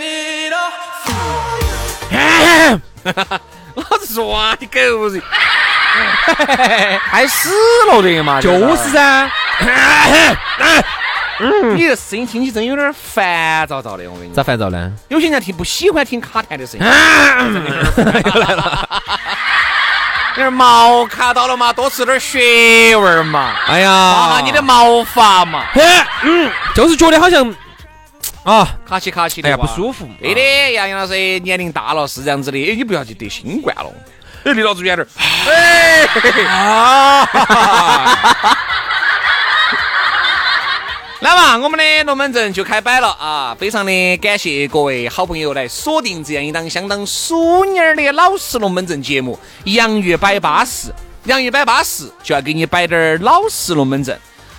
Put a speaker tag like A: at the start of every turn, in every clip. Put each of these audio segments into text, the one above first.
A: it all.
B: 老子说啊你狗 日！开始了的嘛，
C: 就是噻，
B: 你这声音听起真有点烦躁躁的，我跟你
C: 咋
B: 讲，
C: 烦躁呢？
B: 有些人家听不喜欢听卡痰的声音， 有点毛卡到了嘛，多吃点穴位儿嘛，
C: 哎
B: 啊，
C: 呀，
B: 你的毛发嘛，
C: 就是觉得好像啊，
B: 卡起卡起的，
C: 哎呀不舒服。
B: 对的，杨杨老师年龄大了是这样子的，哎，你不要去得新冠了。哎，离老子远点儿。哎，那么我们的龙门阵就开摆了啊！非常的感谢各位好朋友来锁定这样一档相当淑女儿的老式龙门阵节目《洋芋摆巴士》。洋芋摆巴士就要给你摆点儿老式龙门阵。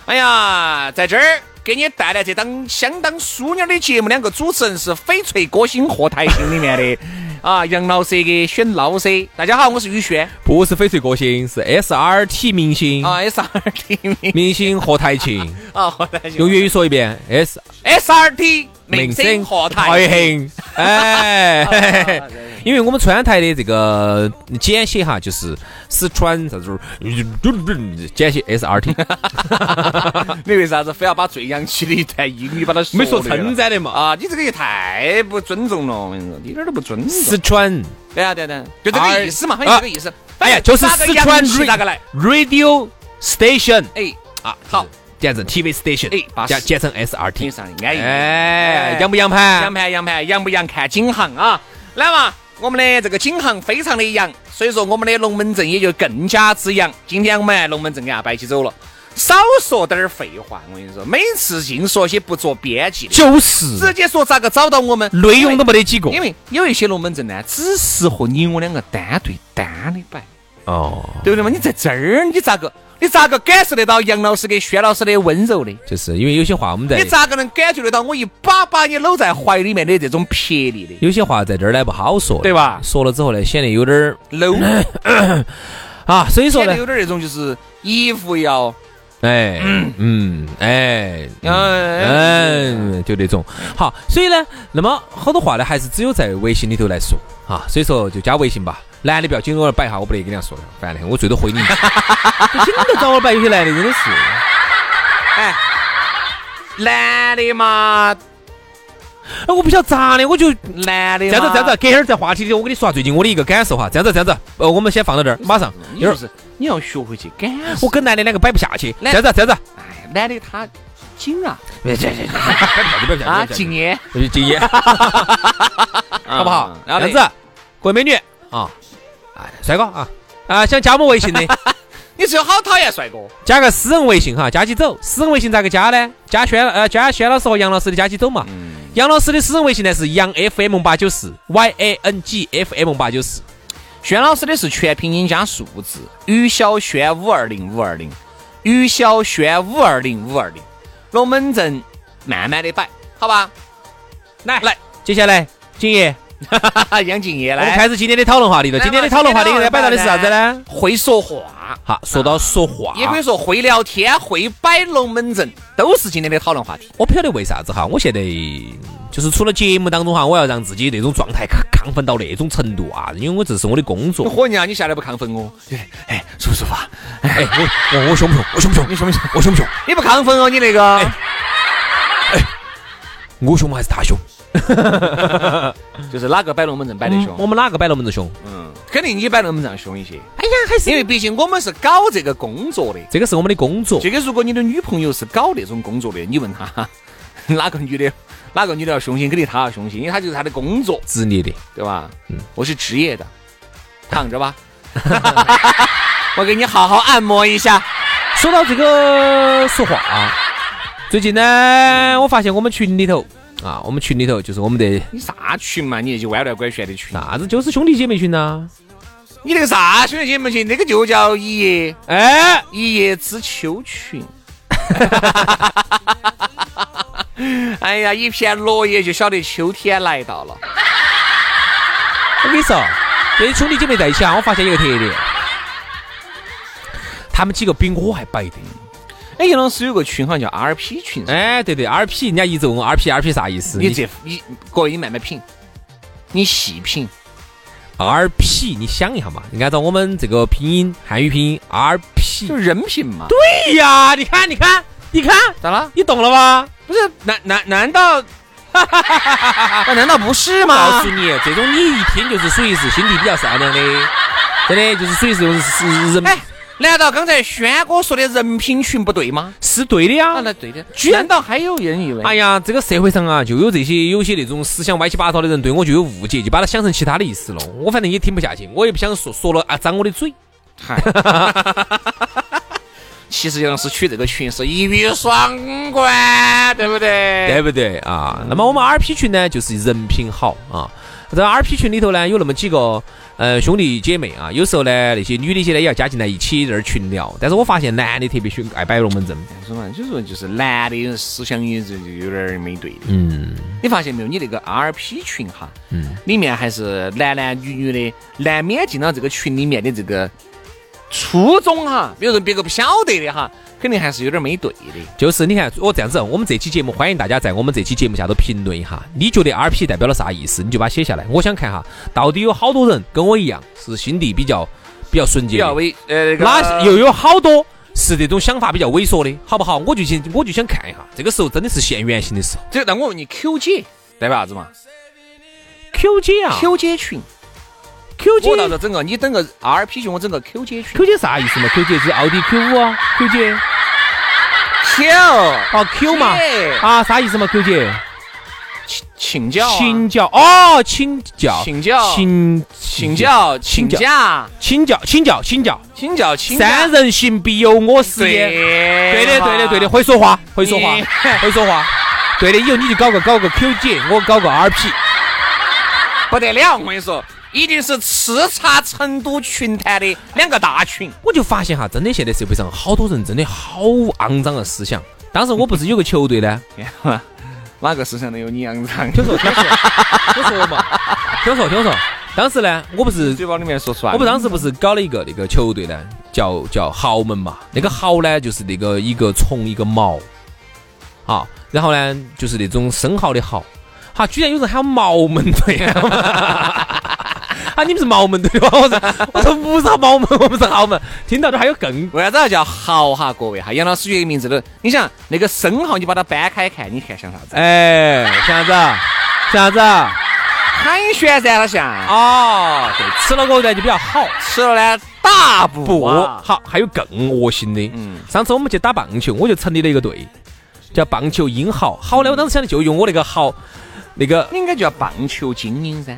B: 哎呀，在这儿给你带来这档相当淑女儿的节目，两个主持人是翡翠歌星和台星里面的啊，杨老师跟选老师。大家好，我是宇轩
C: 不是翡翠歌星，是 S R T 明星，
B: 啊，S R T
C: 明星和台庆。
B: 啊，和台星
C: 用粤语说一遍，S
B: S R T 明星和台啊星。
C: 庆。 哎，嘿嘿嘿因为我们川台的这个简写哈，就是四川啥子，简写 S R T，
B: 你为啥子非要把最洋气的一段英语把它
C: 没说
B: 出来了
C: 称赞的嘛。
B: 啊？你这个也太不尊重了，我跟你说，你一点都不尊重。
C: 四川，
B: 对啊，对啊对啊，就这个意思嘛，
C: 哎
B: 反正这个意思。
C: 哎呀，就是四川
B: 哪个来？
C: radio station，
B: 哎啊，好，
C: 简称 TV station，
B: 哎巴适
C: 简简称
B: 听
C: SRT。
B: 上安逸。
C: 哎，洋不洋
B: 洋
C: 盘？
B: 盘洋盘，洋不洋看景行啊！来嘛，我们的这个景行非常的洋，所以说我们的龙门阵也就更加之洋。今天我们来龙门阵给大家摆起走了，少说点儿废话。我跟你说，每次净说些不着边际的，
C: 就是
B: 直接说咋个找到我们，
C: 内嗯容都没得几个
B: 因为。因为有一些龙门阵呢，只适合你我两个单对单的摆，
C: 哦，
B: 对不对嘛？你在这儿，你咋个，你咋个感受得到杨老师跟薛老师的温柔呢？
C: 就是因为有些话我们在
B: 你，咋个能感觉得到我一把把你搂在怀里面的这种撇力的
C: 有些话在这儿呢不好说，
B: 对吧
C: 说了之后呢，显得有点儿
B: 搂？
C: 啊，所以说
B: 显得
C: 呢
B: 有，点那种就是衣服要，
C: 哎，嗯，哎，
B: 哎
C: 嗯，就那种。好，所以呢，那么好多话呢，还是只有在微信里头来说啊。所以说就加微信吧。男的不要紧着我摆一下，我不得跟人家说了，烦的很，我最多回 你一句。紧着找我摆，有些男的真的是。
B: 男的嘛，
C: 哎，我不晓得咋的，我就
B: 男的
C: 这样子这样子，隔一会儿在话题里，我跟你说下最近我的一个感受
B: 嗯
C: 哈。这样子这样子，呃，我们先放到这儿，马上
B: 你
C: 一会
B: 就
C: 儿
B: 是你要学会去感受。
C: 我跟男的两个摆不下去。这
B: 来
C: 样子这 样子，
B: 哎，男的他紧啊
C: 别别别，摆不下去，摆不
B: 啊，
C: 下去，
B: 禁烟，
C: 我去 禁烟，好
B: 好
C: 不好？这
B: 然后
C: 样
B: 嗯子，
C: 子，各位美女啊，哎，帅哥啊啊，想加我们微 信的，
B: 你是有好讨厌帅哥，
C: 加个私人微信哈，加起走。私人微信咋个加呢？加轩呃，加轩老师和杨老师的加起走嘛。
B: 嗯
C: 杨老师的私人微信呢是杨 FM 八九四 Y A N G F M 八九四。
B: 轩老师的是全拼音加数字，于小轩五二零五二零，于小轩五二零五二零，龙门阵慢慢的摆，好吧？
C: 来
B: 来，
C: 接下来景爷，
B: 哈哈，杨敬业
C: 我们
B: 来，
C: 开始今天的讨论话题了。
B: 来
C: 今天的
B: 嘛
C: 讨论话题
B: 今
C: 给
B: 天
C: 大家摆到的
B: 的
C: 是啥子
B: 讨论
C: 呢？
B: 会说话。
C: 好，说到说话，
B: 也可以说会聊天、会摆龙门阵，都是今天的讨论话题。
C: 我不晓得为啥子哈，我现在就是除了节目当中哈，我要让自己那种状态亢亢奋到那种程度啊，因为我这是我的工作。
B: 伙计啊，你下来不亢奋哦？哎，舒不舒服啊？
C: 哎，我我我凶不凶？我凶不凶？你凶不凶？我凶不凶？
B: 哎你不亢奋哦，你那个
C: 我凶吗？还是他凶？
B: 就是哪个摆龙门阵摆得
C: 嗯我
B: 凶，
C: 们哪个摆龙门阵凶？
B: 嗯，肯定你摆龙门阵凶一些，
C: 哎呀，还
B: 因为毕竟我们是搞这个工作的。
C: 这个是我们的工作。
B: 这个如果你的女朋友是搞那种工作的，你问她 哪个女的，哪个女的要凶心，肯定她要凶心，因为她就是她的工作，
C: 职业的，
B: 对吧？嗯，我是职业的，躺着吧， 我给你好好按摩一下。
C: 说到这个说话、啊最近呢，我发现我们群里头啊，我们群里头就是我们的
B: 你啥群嘛？你那些弯弯拐旋的群？
C: 啥子，就是兄弟姐妹群呐、
B: 你那个啥兄弟姐妹群？那个就叫一夜
C: 哎，
B: 一叶知秋群。 哎呀，一片落叶就晓得秋天来到了。
C: 我跟你说，这些兄弟姐妹在一起啊，我发现一个特点，他们几个比我还摆的。
B: 哎，杨老师有个群好像叫 RP 群，
C: 哎，对对，RP，人家一直问我 RP，RP 啥意思？
B: 你这你各位你慢慢品，你细品，
C: 哦 RP，你想一下嘛，你按照我们这个拼音汉语拼音 RP，
B: 就是人品嘛。对，
C: 对哎呀，你看，你看，你看，
B: 咋了？
C: 你懂了吧？
B: 不是难难难道？ 那难道不是
C: 告
B: 吗
C: 诉？你，这种你一听就是属于是心地比较善良的，真的就是属于是用是人
B: 哎，难道刚才轩哥说的人品群不对吗？
C: 是对的呀
B: 啊，。那对的。
C: 居然
B: 难道还有人以为？
C: 哎呀，这个社会上啊，就有这些有些那种思想歪七八糟的人对我就有误解，就把他想成其他的意思了。我反正也听不下去，我也不想说，说了啊脏我的嘴。
B: 其实杨老师取这个群是一语双关，对不对？
C: 对不对啊？那么我们 RP 群呢，就是人品好啊。这 RP 群里头呢，有那么几个呃兄弟姐妹啊，有时候呢那些女的些呢也要加进来一起在这儿群聊。但是我发现男的特别喜欢爱摆龙门阵，
B: 是嘛？就说就是男的思想也就就有点儿没对的。
C: 嗯，
B: 你发现没有？你那个 RP 群哈，里面还是男男女女的，难免进到这个群里面的这个初衷哈，比如说别个不晓得的哈，肯定还是有点儿没对的。
C: 就是你看我这样子，我们这期节目欢迎大家在我们这期节目下头评论一下，你觉得 RP 代表了啥意思？你就把它写下来。我想看哈，到底有好多人跟我一样是心地比较比较纯洁
B: 比较
C: 的，
B: 为呃，那
C: 那又有好多是这种想法比较猥琐的，好不好？我就想我就想看一下，这个时候真的是现原形的时候。
B: 这那我问你，Q 姐代表啥子嘛
C: Q 姐啊
B: ？Q 姐群，
C: Q
B: 我到时候整个你整个 RP 群，我整个 Q 姐群
C: Q 姐啥意思嘛？Q 姐是奥迪 Q 五啊，Q 姐
B: ，Q
C: 哦 Q 嘛
B: 姐
C: 啊啥意思嘛？Q 姐
B: 请请教啊，
C: 请教哦，请教
B: 请教
C: 请
B: 请教请
C: 教
B: 假，
C: 请教请教请教，
B: 请教请
C: 三人行必有我师焉。
B: 对
C: 对的对的对的，会说话会说话 会说话。对的，以后你就搞个搞个 Q 姐，我搞个 RP。
B: 不得了，我跟你说，一定是叱咤成都群坛的两个大群。
C: 我就发现哈，真的现在社会上好多人真的好肮脏的思想。当时我不是有个球队呢，
B: 哪个世上能有你样啊长？
C: 听 说听说听说嘛，听 说听说。当时呢，我不是
B: 嘴巴里面说出来。
C: 我们当时不是搞了一个那个球队呢，叫叫豪门嘛。那个豪呢，就是那个一个虫一个毛，啊，然后呢就是那种生蚝的蚝，哈、居然有人喊我毛门队啊！ 啊，你们是毛门队吧？我说我说不是毛门，我们是豪门。听到这还有更
B: 为啥子要叫豪哈？各位哈，杨老师这个名字都，你想那个生蚝，你把它掰开看，你看像啥子？
C: 哎，啥子啊？啥子啊？
B: 很旋噻，它像。
C: 哦，对，吃了过后呢就比较好。
B: 啊吃了呢，大补
C: 不
B: 啊。
C: 好，还有更恶心的。
B: 嗯
C: 上次我们去打棒球，我就成立了一个队，叫棒球英豪。好嘞，我当时想的就用我那个豪，那个
B: 你应该叫棒球精英噻。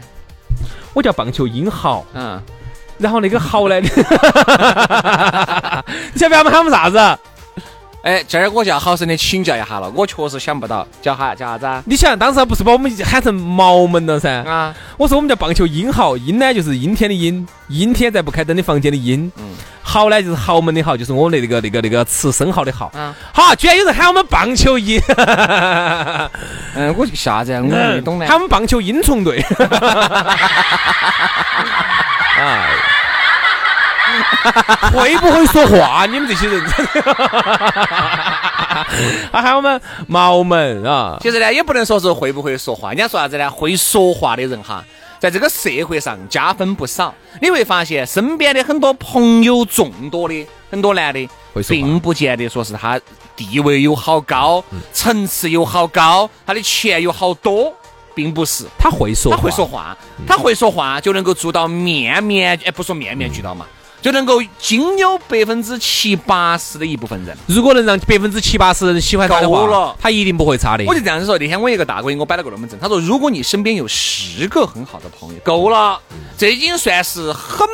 C: 我叫棒球英豪，
B: 嗯，
C: 然后那个豪 呢，你 你晓不晓得他们喊我们啥子？
B: 哎，今儿我叫好生的请教一下了，我确实想不到叫哈叫啥子啊？
C: 你想当时不是把我们喊成毛门了噻？
B: 啊，
C: 我说我们叫棒球英豪，英呢就是阴天的阴，阴天在不开灯的房间的阴。
B: 嗯
C: 豪呢就是豪门的豪，就是我们的那个那个那个吃生蚝的蚝。
B: 啊
C: 好，居然有人喊我们棒球英，
B: 嗯，我啥子啊？我没懂呢。
C: 喊我们棒球英虫队。哎，会不会说话？你们这些人，还喊我们毛门啊！
B: 其实呢，也不能说是会不会说话，人家说啥子呢？会说话的人哈，在这个社会上加分不少。你会发现身边的很多朋友众多的很多男的
C: 会，说话
B: 并不见得说是他
C: 嗯
B: 地位有好高，层次有好高，他的钱有好多，并不是，
C: 他会说，嗯
B: 他会说，话，他会说话就能够做到面面，哎，不说面面俱到嘛，就能够仅有百分之七八十的一部分人。
C: 如果能让百分之七八十人喜欢他的
B: 够
C: 话
B: 了，
C: 他一定不会差的。
B: 我就这样子说，那天我一个大哥给我摆了个龙门阵，他说如果你身边有十个很好的朋友，够了，这已经算是很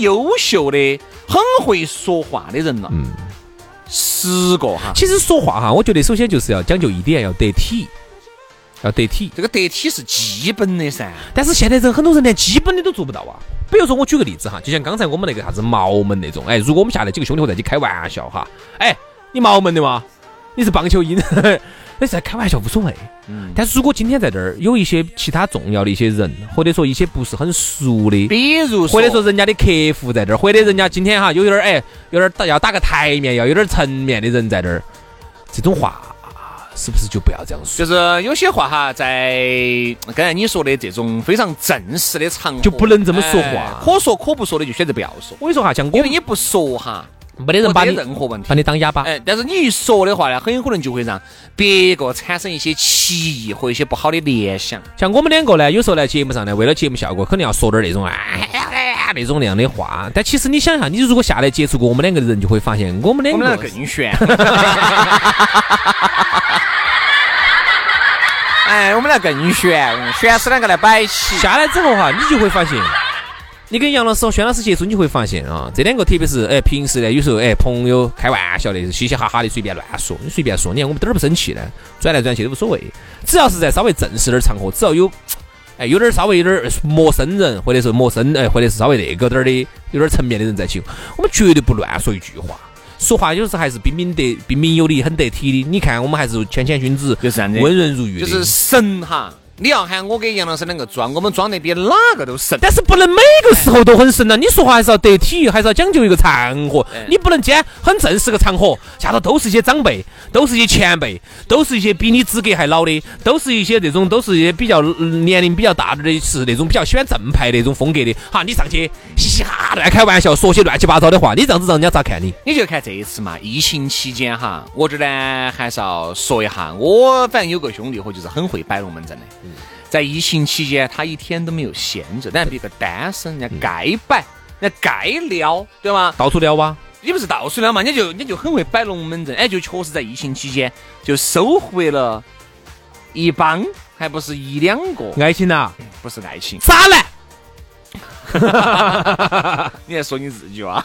B: 优秀的、很会说话的人了。嗯，十个哈，
C: 其实说话哈，我觉得首先就是要讲究一点，要得体，要得体。
B: 这个得体是基本的噻。
C: 但是现在人很多人连基本的都做不到啊。比如说，我举个例子哈，就像刚才我们那个啥子毛门那种，哎，如果我们下来几个兄弟伙在一起开玩笑哈，哎，你毛门的吗？你是棒球鹰， 那是在开玩笑无所谓。但是如果今天在这儿有一些其他重要的一些人，或者说一些不是很熟的，
B: 比如说，
C: 或者说人家的客户在这儿，或者人家今天哈有点儿哎，有点儿打要打个台面，要有点儿层面的人在这儿，这种话是不是就不要这样说？
B: 就是有些话哈，在刚才你说的这种非常正式的场合，
C: 就不能这么说话
B: 哎可说可不说的就选择不要说，
C: 我跟你说哈，像我
B: 因为你不说哈，
C: 没得人把
B: 没
C: 你
B: 得任何问题
C: 把。你当哑巴，
B: 哎，但是你一说的话呢，很有可能就会让别个产生一些歧义或一些不好的联想。
C: 像我们两个呢，有时候来节目上呢，为了节目效果，肯定要说点儿那种哎呀哎呀那种那样的话。但其实你想一下，你如果下来接触过我们两个的人，就会发现我们两
B: 我们俩
C: 个
B: 更 悬。哎，我们俩更悬，悬死两个来摆起。
C: 下来之后哈，你就会发现，你跟杨老师和轩老师接触，你会发现啊，这两个特别是哎平时呢，有时候哎朋友开玩笑的，嘻嘻哈哈的随便乱说，你随便说，你看我们点儿不生气呢，转来转去都无所谓。只要是在稍微正式点儿场合，只要有哎有点儿稍微有点儿陌生人，或者是陌生哎，或者是稍微那个点儿的有点儿层面的人在一起，我们绝对不乱说一句话。说话有时候还是彬彬得彬彬有礼，很得体的。你看，我们还是谦谦君子，
B: 就是这样的
C: 温润如玉
B: 就
C: 的。
B: 是神哈，你要喊我跟杨老师两个装，我们装得比哪个都神。
C: 但是不能每个时候都很神呐、啊你说话还是要得体，还是要讲究一个场合
B: 哎。
C: 你不能今天很正式个场合，下头都是一些长辈，都是一些前辈，都是一些比你资格还老的，都是一些那种都是一些比较呃年龄比较大点的，是那种比较喜欢正派的那种风格的。哈，你上去嘻嘻哈哈乱开玩笑，说些乱七八糟的话，你这样子让人家咋看你？
B: 你就看这一次嘛，疫情期间哈，我这儿呢还是要说一下，我反正有个兄弟伙就是很会摆龙门阵的。在疫情期间，他一天都没有闲着，但别个单身，人家该摆，人家该撩，对吗？
C: 到处撩啊！
B: 你不是到处撩嘛，人家就人家就很会摆龙门阵，哎，就确实在疫情期间就收获了一帮，还不是一两个，
C: 爱情呐、
B: 不是爱情。
C: 渣男，
B: 你在说你自己哇？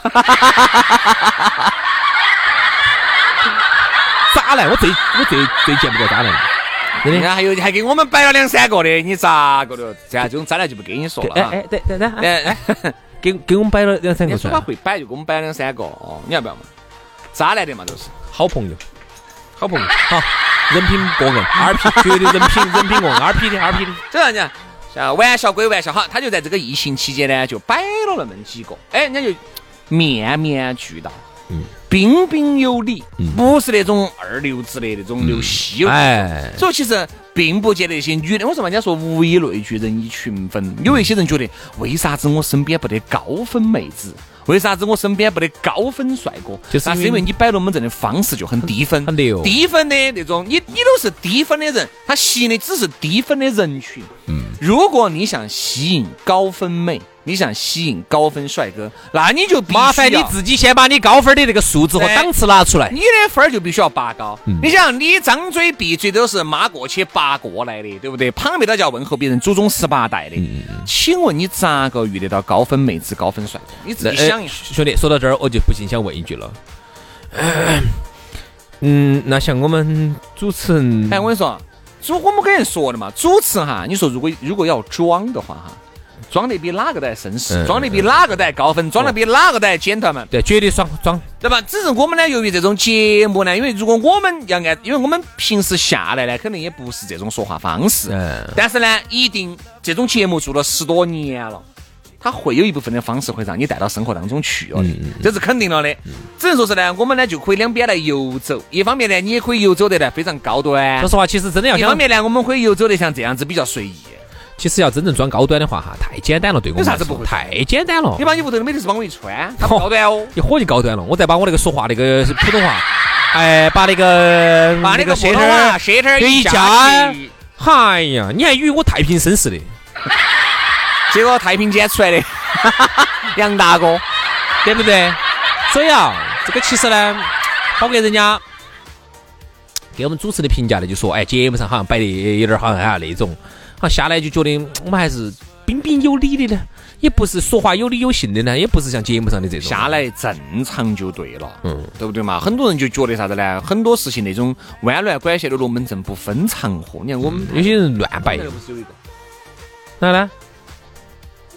C: 渣男，我最我最最见不得渣男。真
B: 人
C: 的。
B: 家还有还给我们摆了两三个的，你咋个的？这样这种渣男就不跟你说了啊。
C: 哎哎，等等等，哎
B: 哎哎，
C: 给给我们摆了两三哎个
B: 人家
C: 出
B: 说
C: 来
B: 他。会摆，就给我们摆了两三个哦，你要不要嘛？渣男的嘛都是，
C: 好朋友，好朋友，好，人品过 硬，R P 绝对人品人品过硬，R P 的 R P 的，
B: 这样讲，像玩笑归玩笑哈，他就在这个疫情期间呢，就摆了那么几个，哎，人家就面面俱到，
C: 嗯
B: 彬彬有礼，不是那种二流子的那种流稀了。
C: 嗯哎，
B: 所以其实并不见得一些女的，为什么人家说物以类聚，人以群分？有一些人觉得，为啥子我身边不得高分妹子？为啥子我身边不得高分帅哥？
C: 就是因为
B: 那是因为你摆龙门阵的方式就很低分，
C: 很溜
B: 低分的那种，你你都是低分的人，他吸引的只是低分的人群。嗯，如果你想吸引高分妹，你想吸引高分帅哥，那你就必须啊
C: 麻烦你
B: 要
C: 自己先把你高分的那个数字和档次拿出来
B: 你。的分儿就必须要拔高。
C: 嗯
B: 你想，你张嘴闭嘴都是妈过去拔过来的，对不对？旁边都叫问候别人祖宗十八代的，
C: 嗯
B: 请问你咋个遇得到高分妹子、高分帅哥？你自己想一
C: 哎
B: 下。
C: 兄弟，说到这儿，我就不禁想问一句了，呃嗯，那像我们主持人，
B: 哎，我跟你说，主我们跟人说的嘛，主持哈，你说如果如果要装的话哈，装得比哪个都还绅士，
C: 嗯
B: 装得比哪个都还高分，装得比哪个都还简单嘛。
C: 对，绝对爽装，
B: 对吧？只是我们呢，由于这种节目呢，因为如果我们要按，因为我们平时下来呢，肯定也不是这种说话方式。
C: 嗯
B: 但是呢，一定这种节目做了十多年了，它会有一部分的方式会让你带到生活当中去了的，这是肯定了的。只能说是呢，我们呢就可以两边来游走，一方面呢，你也可以游走得呢非常高端
C: 呃说；实话，其实真的要
B: 一
C: 想
B: 方，面呢，我们可以游走得像这样子比较随意。
C: 其实要真正装高端的话哈，太简单了，对我们
B: 有啥
C: 来
B: 子
C: 说
B: 不会
C: 太简单了
B: 你。把你屋头的美特斯邦威一穿，它不高端哦。
C: 一伙就高端了，我再把我那个说话那个普通话，哎，把那个
B: 嗯把那个
C: 舌
B: 舌
C: 头
B: 头
C: 啊
B: 啊，舌头儿
C: 对一
B: 夹
C: 夹
B: 起，
C: 嗨哎呀，你还以为我太平绅士的？
B: 结果太平间出来的 杨大哥，
C: 对不对？所以啊，这个其实呢，包括人家给我们主持的评价呢，就说，哎，节目上好像摆的有点儿好像啊那种，啊下来就觉得嗯我们还是彬彬有礼的呢，也不是说话有理有信的呢，也不是像节目上的这种。
B: 下来正常就对了，嗯，对不对嘛？很多人就觉得啥子呢？很多事情那种弯乱管线的龙门阵不分场合。你看我们
C: 有些人乱摆，
B: 不是有一个，
C: 哪呢？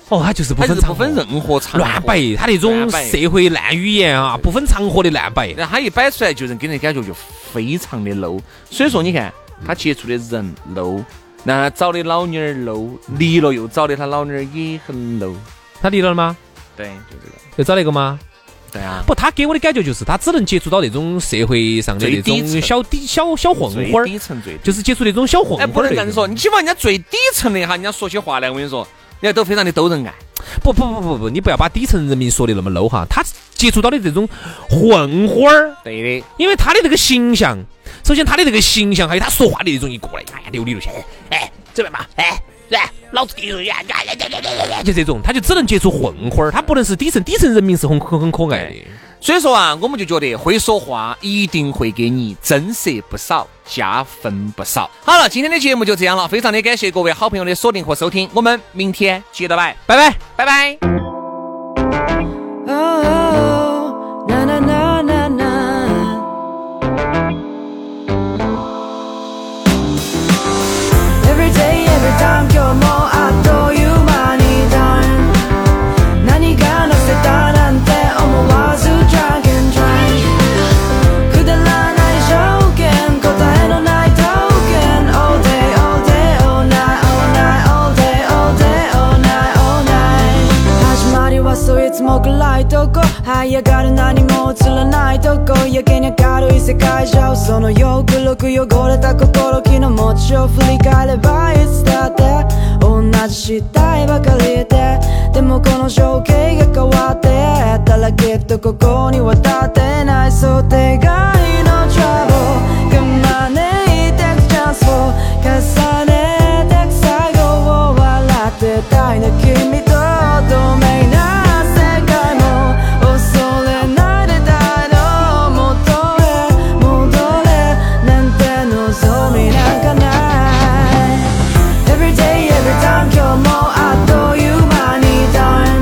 C: 哦，他就是不
B: 他就
C: 分
B: 是
C: 场
B: 不
C: 合
B: 分任何场合
C: 乱摆，他那种
B: 乱摆
C: 社会烂语言啊，不分场合的乱摆。
B: 然后他一摆出来，就人给人感觉就非常的 low。所以说，你看
C: 嗯
B: 他接触的人 low，那他找的老妞儿 low，离了又找的他老妞儿也很 low。
C: 他离了了吗？
B: 对，就这个。
C: 又找那个吗？
B: 对啊，
C: 不，他给我的感觉就是他只能接触到那种社会上的那
B: 最低
C: 种
B: 层
C: 小底小小混
B: 最
C: 混儿，
B: 底层最底。
C: 就是接触那种小混
B: 哎，
C: 混
B: 不
C: 儿
B: 能
C: 那
B: 这样
C: 种
B: 子说，你起码人家最底层的哈，人家说起话来，我跟你说，人家都非常的逗人爱。
C: 不不不不不，你不要把底层人民说的那么 low 哈。他接触到的这种混混儿，
B: 对的，
C: 因为他的这个形象，首先他的这个形象，还有他说话的那种一过来，哎呀，流里流气，哎，这边嘛，哎，来，老子给你说，哎哎哎哎哎哎，就这种，他就只能接触混混儿，他不能是底层，底层人民是很很很可爱的。
B: 所以说啊，我们就觉得会说话一定会给你增色不少，加分不少。好了，今天的节目就这样了，非常的感谢各位好朋友的锁定和收听，我们明天接着拜，拜拜，拜拜。
D: Oh, na na na na na. Every day, every time, 今日もあっという間にダウン。何がなせたなんて思わず drag and drive。くだらない条件、答えのない条件。All day, all day, all night, all night, all day, all day, all night, all night. 始まりはそういつも暗いとこ這い上がる何も映らないとこやけに明るい世界上そのよくろく汚れた心気の持ちを振り返ればいつだって同じ失態ばかりででもこの情景が変わってたらきっとここには立てない想定外のトラブル我慢ねいてくチャンスを重ねてく最後を笑ってたいな君と透明な世界も恐れないでたいの元へ戻れなんて望みなんかない Every day every time 今日もあっという間に done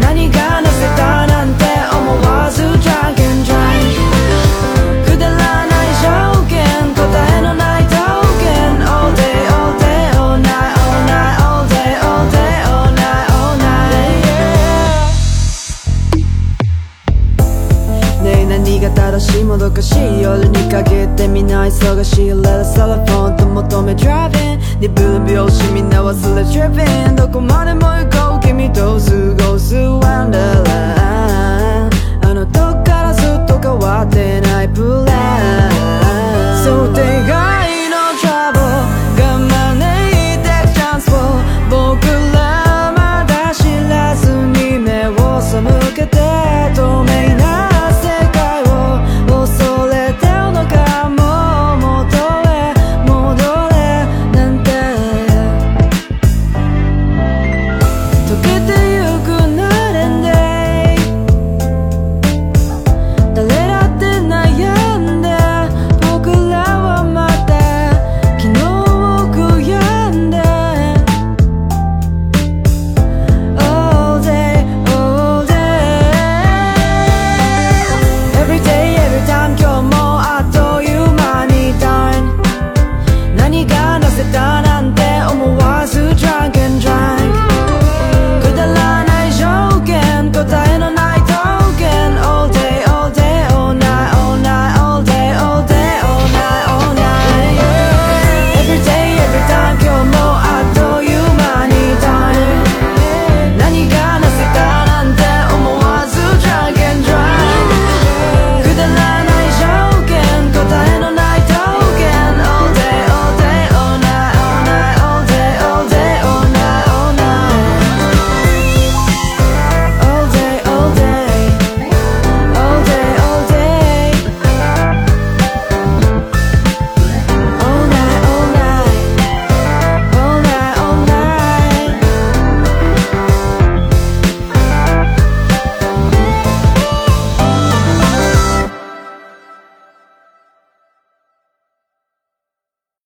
D: 何がなせたなんて思わず drunk and drive くだらない条件答えのない条件 All day all day all night all night all day all day all night all night yeah ねえ何が正しいもどかしい夜にかけてみんな忙しい Let us all have fun と求め Driving 鈍る拍子みんな忘れ Tripping どこまでも行こう君と過ご